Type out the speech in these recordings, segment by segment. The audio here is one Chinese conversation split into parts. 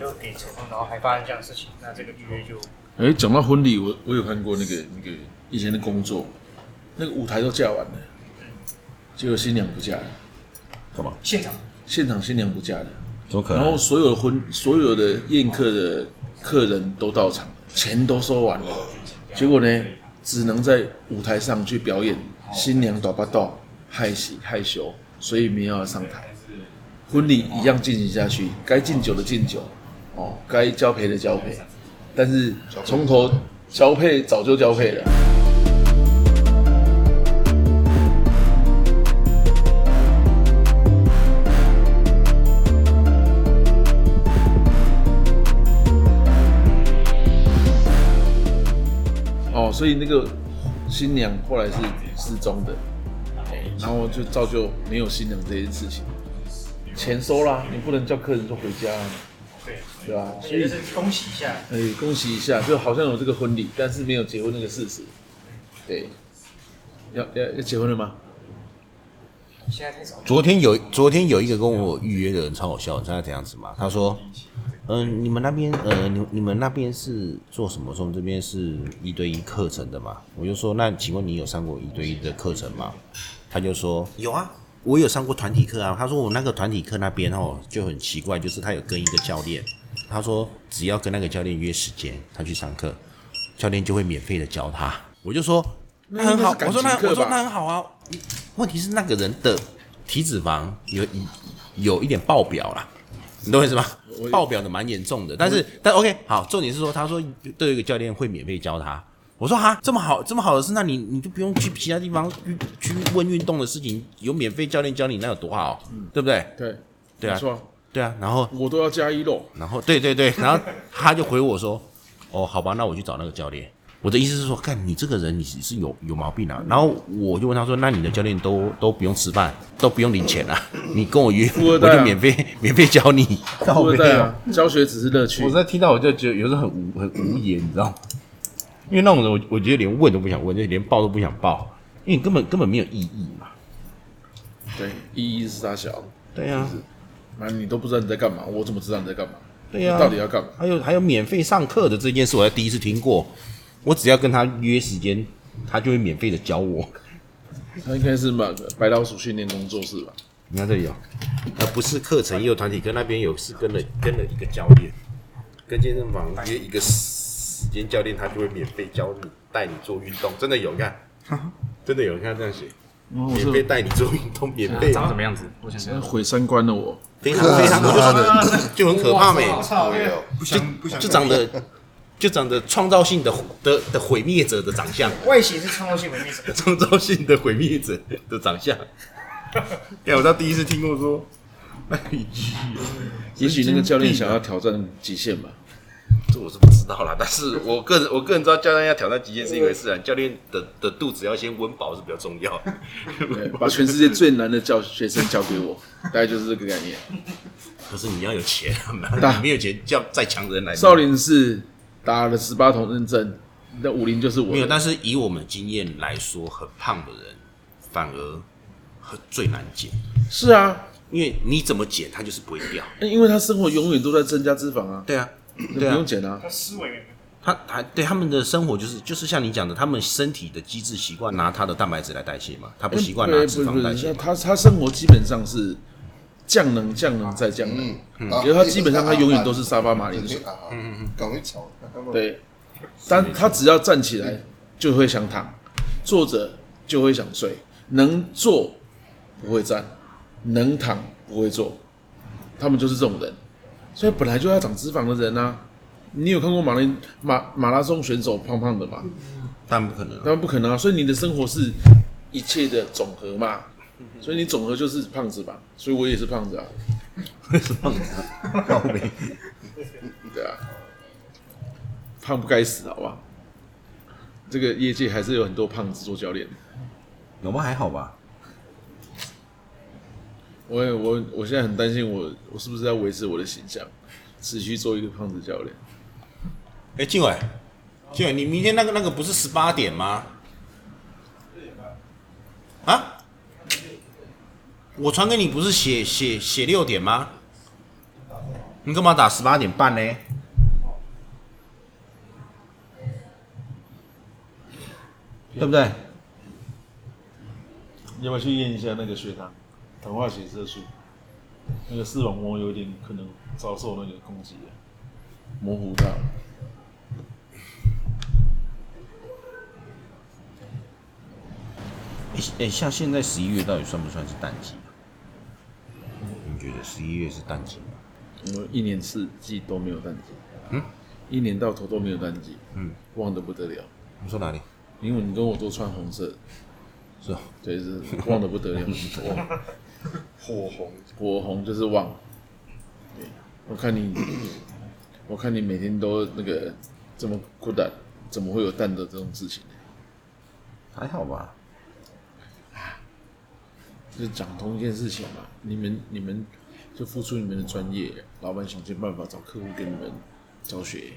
又给成功，然后还发生这样的事情，那这个剧院就哎，讲到婚礼，我我有看过那个那个以前的工作，那个舞台都架完了，结果新娘不嫁了，干嘛？现场现场新娘不嫁了。怎么可然后能？所有的婚所有的宴客的客人都到场了，钱都收完了，结果呢，只能在舞台上去表演。新娘打不到，害喜害羞，所以没有要上台。婚礼一样进行下去，该敬酒的敬酒，哦，该交配的交配，但是从头交配早就交配了。哦，所以那个新娘后来是失踪的，哎然后就造就没有新娘这件事情。钱收啦，你不能叫客人说回家啊，对，对吧、所所以以就，是恭喜一下，哎、恭喜一下，就好像有这个婚礼，但是没有结婚那个事实。对，要要要结婚了吗？现在太早了，昨天有昨天有一个跟我预约的人超好笑，你知道他怎样子吗？他说：“嗯、你们那边呃，你你们那边是做什么？我说我们这边是一对一课程的嘛。”我就说：“那请问你有上过一对一的课程吗？”他就说：“有啊，我有上过团体课啊。”他说：“我那个团体课那边哦就很奇怪，就是他有跟一个教练，他说只要跟那个教练约时间，他去上课，教练就会免费的教他。”我就说：“那很好应。该”我是说感情：“那课我说吧那很好啊。”问题是那个人的体脂肪有一有一点爆表啦，你懂我意思吗？爆表的蛮严重的，但是但 OK 好，重点是说他说对一个教练会免费教他。我说哈，这么好这么好的事，那你你就不用去其他地方去去问运动的事情，有免费教练教你，那有多好，对不对？对，对嗯啊没错，对啊，然后我都要加一喽。然后对对对， 然后他就回我说：“哦，好吧，那我去找那个教练。”我的意思是说，看你这个人你是是有有毛病啊。然后我就问他说：“那你的教练都都不用吃饭，都不用领钱啊？你 跟我约，二我代啊就免费免费教你。”富二代啊，教学只是乐趣我。在听到我就觉得有时候很无很无言，你知道吗？因为那种人，我我觉得连问都不想问，就连报都不想报，因为你根本根本没有意义嘛。对，意义是大小，对呀、啊，反正你都不知道你在干嘛，我怎么知道你在干嘛？对啊呀、你到底要干嘛？还有还有免费上课的这件事，我还第一次听过。我只要跟他约时间，他就会免费的教我。他应该是把白老鼠训练工作室吧？你看这里有，呃，不是课程，也有团体课，那边有是跟了跟了一个教练，跟健身房约一个时间教练，他就会免费教你带你做运动，真的有你看，真的有你看这样写，哦免费带你做运动，免费，啊长什么样子？我想知道。毁三观了我。非常非常，我就说就很可怕没，操，不想不想就长得就长得创造性的的的毁灭者的长相。外形是创造性毁灭者，创造性的毁灭者的长 相。哎、我到第一次听过说，哎也许那个教练想要挑战极限吧。这我是不知道啦。但是我个人我个人知道，教练要挑战极限是一回事啊，教练的的肚子要先温饱是比较重 要。对，把全世界最难的教学生交给 我，大概就是这个概念。可是你要有钱啊，大你没有钱叫再强的人来。少林寺打了十八铜认证，那武林就是我的。没有，但是以我们经验来说，很胖的人反而很最难减，是啊，因为你怎么减，它就是不会掉。那因为他生活永远都在增加脂肪啊，对啊，那对啊不用减啊他。思维没他他对他们的生活就是就是像你讲的，他们身体的机制习惯拿它的蛋白质来代谢嘛，他不习惯拿啊对脂不肪是代不谢是，嘛。他他生活基本上是降能降能再降能，嗯啊因嗯为他基本上他永远都是沙发马铃薯。啊，嗯嗯，赶快吵，对，但他只要站起来就会想躺，坐着就会想睡，能坐不会站，能躺不会坐，他们就是这种人，所以本来就要长脂肪的人啊。你有看过马拉马马拉松选手胖胖的吗？当然不可能啊，当然不可能啊，所以你的生活是一切的总和嘛，所以你总和就是胖子吧，所以我也是胖子啊，靠背 对啊，胖不该死，好吧？这个业界还是有很多胖子做教练，有吗？还好吧。我也我我现在很担心我我是不是要维持我的形象，持续做一个胖子教练？哎，静伟，静伟，你明天那个那个不是十八点吗？啊？我传给你不是写写写六点吗？你干嘛打十八点半呢？对不对？你要不要去验一下那个血糖、糖化血色素？那个视网膜有点可能遭受那个攻击啊了，模糊到了。哎、哎，像现在十一月到底算不算是淡季？啊你觉得十一月是淡季吗？我们一年四季都没有淡季，嗯，一年到头都没有淡季，嗯，旺得不得了。你说哪里？因为你跟我都穿红色，是哦对，是旺得不得了。我火红，火红就是旺，对，我看你，我看你每天都那个这么孤单，怎么会有淡的这种事情？还好吧？就是讲同一件事情嘛，你们你们就付出你们的专业，老板想尽办法找客户给你们教学，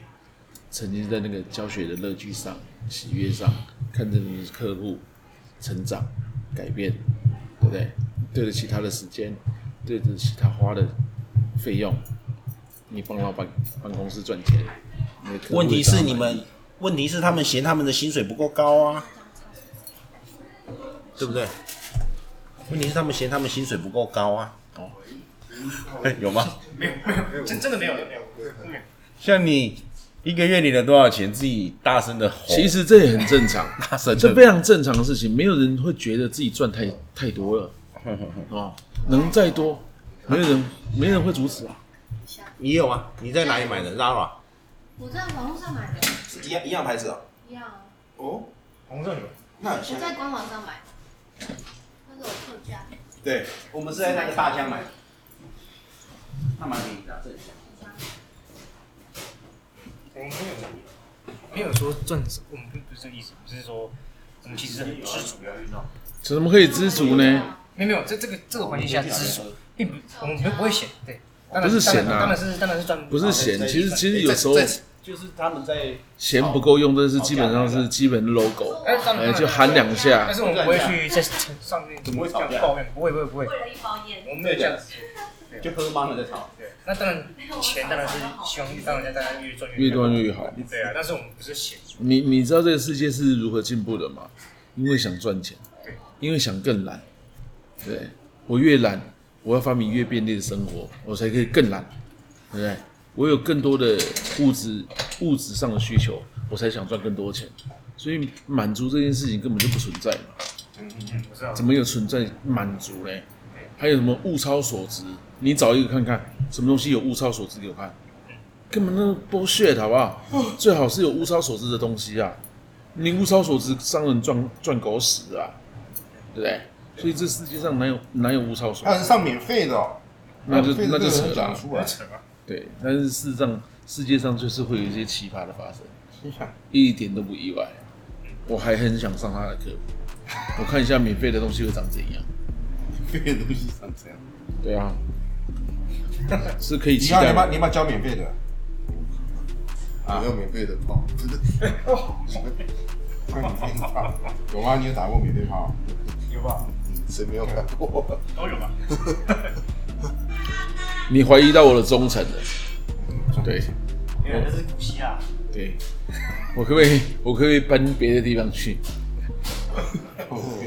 沉浸在那个教学的乐趣上、喜悦上，看着你的客户成长、改变，对不对？对得起他的时间，对得起他花的费用，你帮老板帮公司赚钱。你的客户问题是你也们，问题是他们嫌他们的薪水不够高啊，对不对？问题是他们嫌他们薪水不够高啊。哦，哎有吗？没有没有没有，真真的没有没有没有。像你一个月领了多少钱，自己大声的吼，其实这也很正常，声这非常正常的事情，没有人会觉得自己赚太太多了，哦，能再多，没有人没人会阻止啊。你有吗？你在哪里买的？Zara 我在网络上买的，一样一样牌子哦。一样啊，哦，红色女那我在官网上买的，那个有特价，对，我们是在那个大江买的，那蛮便宜的，这里。我们没有没有说赚什么，我们不不是这个意思，只是说我们其实很知足的，怎么可以知足呢？没有没有，这这个这个环境下知足，并不我们不会显，对，当然不是显啊当然是当哦然是赚，不是闲，其实其实哎有在时候在就是他们在钱不够用，但是基本上是基本的 logo，哎，当哎，然就喊两下但。是我们不会去在上面怎么会这吵架样抱怨，不会不会不会，为了一包烟，我们没有这样子。就喝懵了在吵，对，那当然钱当然是希望让人家大家越赚越多多越好。对啊，但是我们不是闲，你你知道这个世界是如何进步的吗？因为想赚钱，因为想更懒。对我越懒，我要发明越便利的生活，我才可以更懒，对不对？我有更多的物质物质上的需求，我才想赚更多钱。所以满足这件事情根本就不存在嘛。嗯，我知道怎。么有存在满足嘞？还有什么物超所值？你找一个看看，什么东西有物超所值给我看？根本那 bullshit 好不好？最好是有物超所值的东西啊！你物超所值，商人赚赚狗屎啊，对不对？所以这世界上哪有哪有物超所还有值？人上免费的哦，那就免费那的就这扯个人了啊讲。出来，对，但是事实上，世界上就是会有一些奇葩的发生，你看一点都不意外。我还很想上他的课，我看一下免费的东西会长怎样。免费的东西长这样。对 啊，是可以你期要待你要不要的。你要不要交免费的？啊我要免费的炮，真的。看免费炮，有吗？你有打过免费炮？有吧？谁没有打过？都 有吧？你怀疑到我的忠诚了。对没有，那是古希腊。对，我可不可以我可不可以搬别的地方去？哦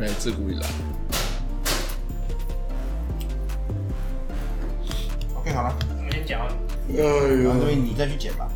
哎，自古以来， OK，好了，我们先讲啊，哎呦哎所以你再去剪吧。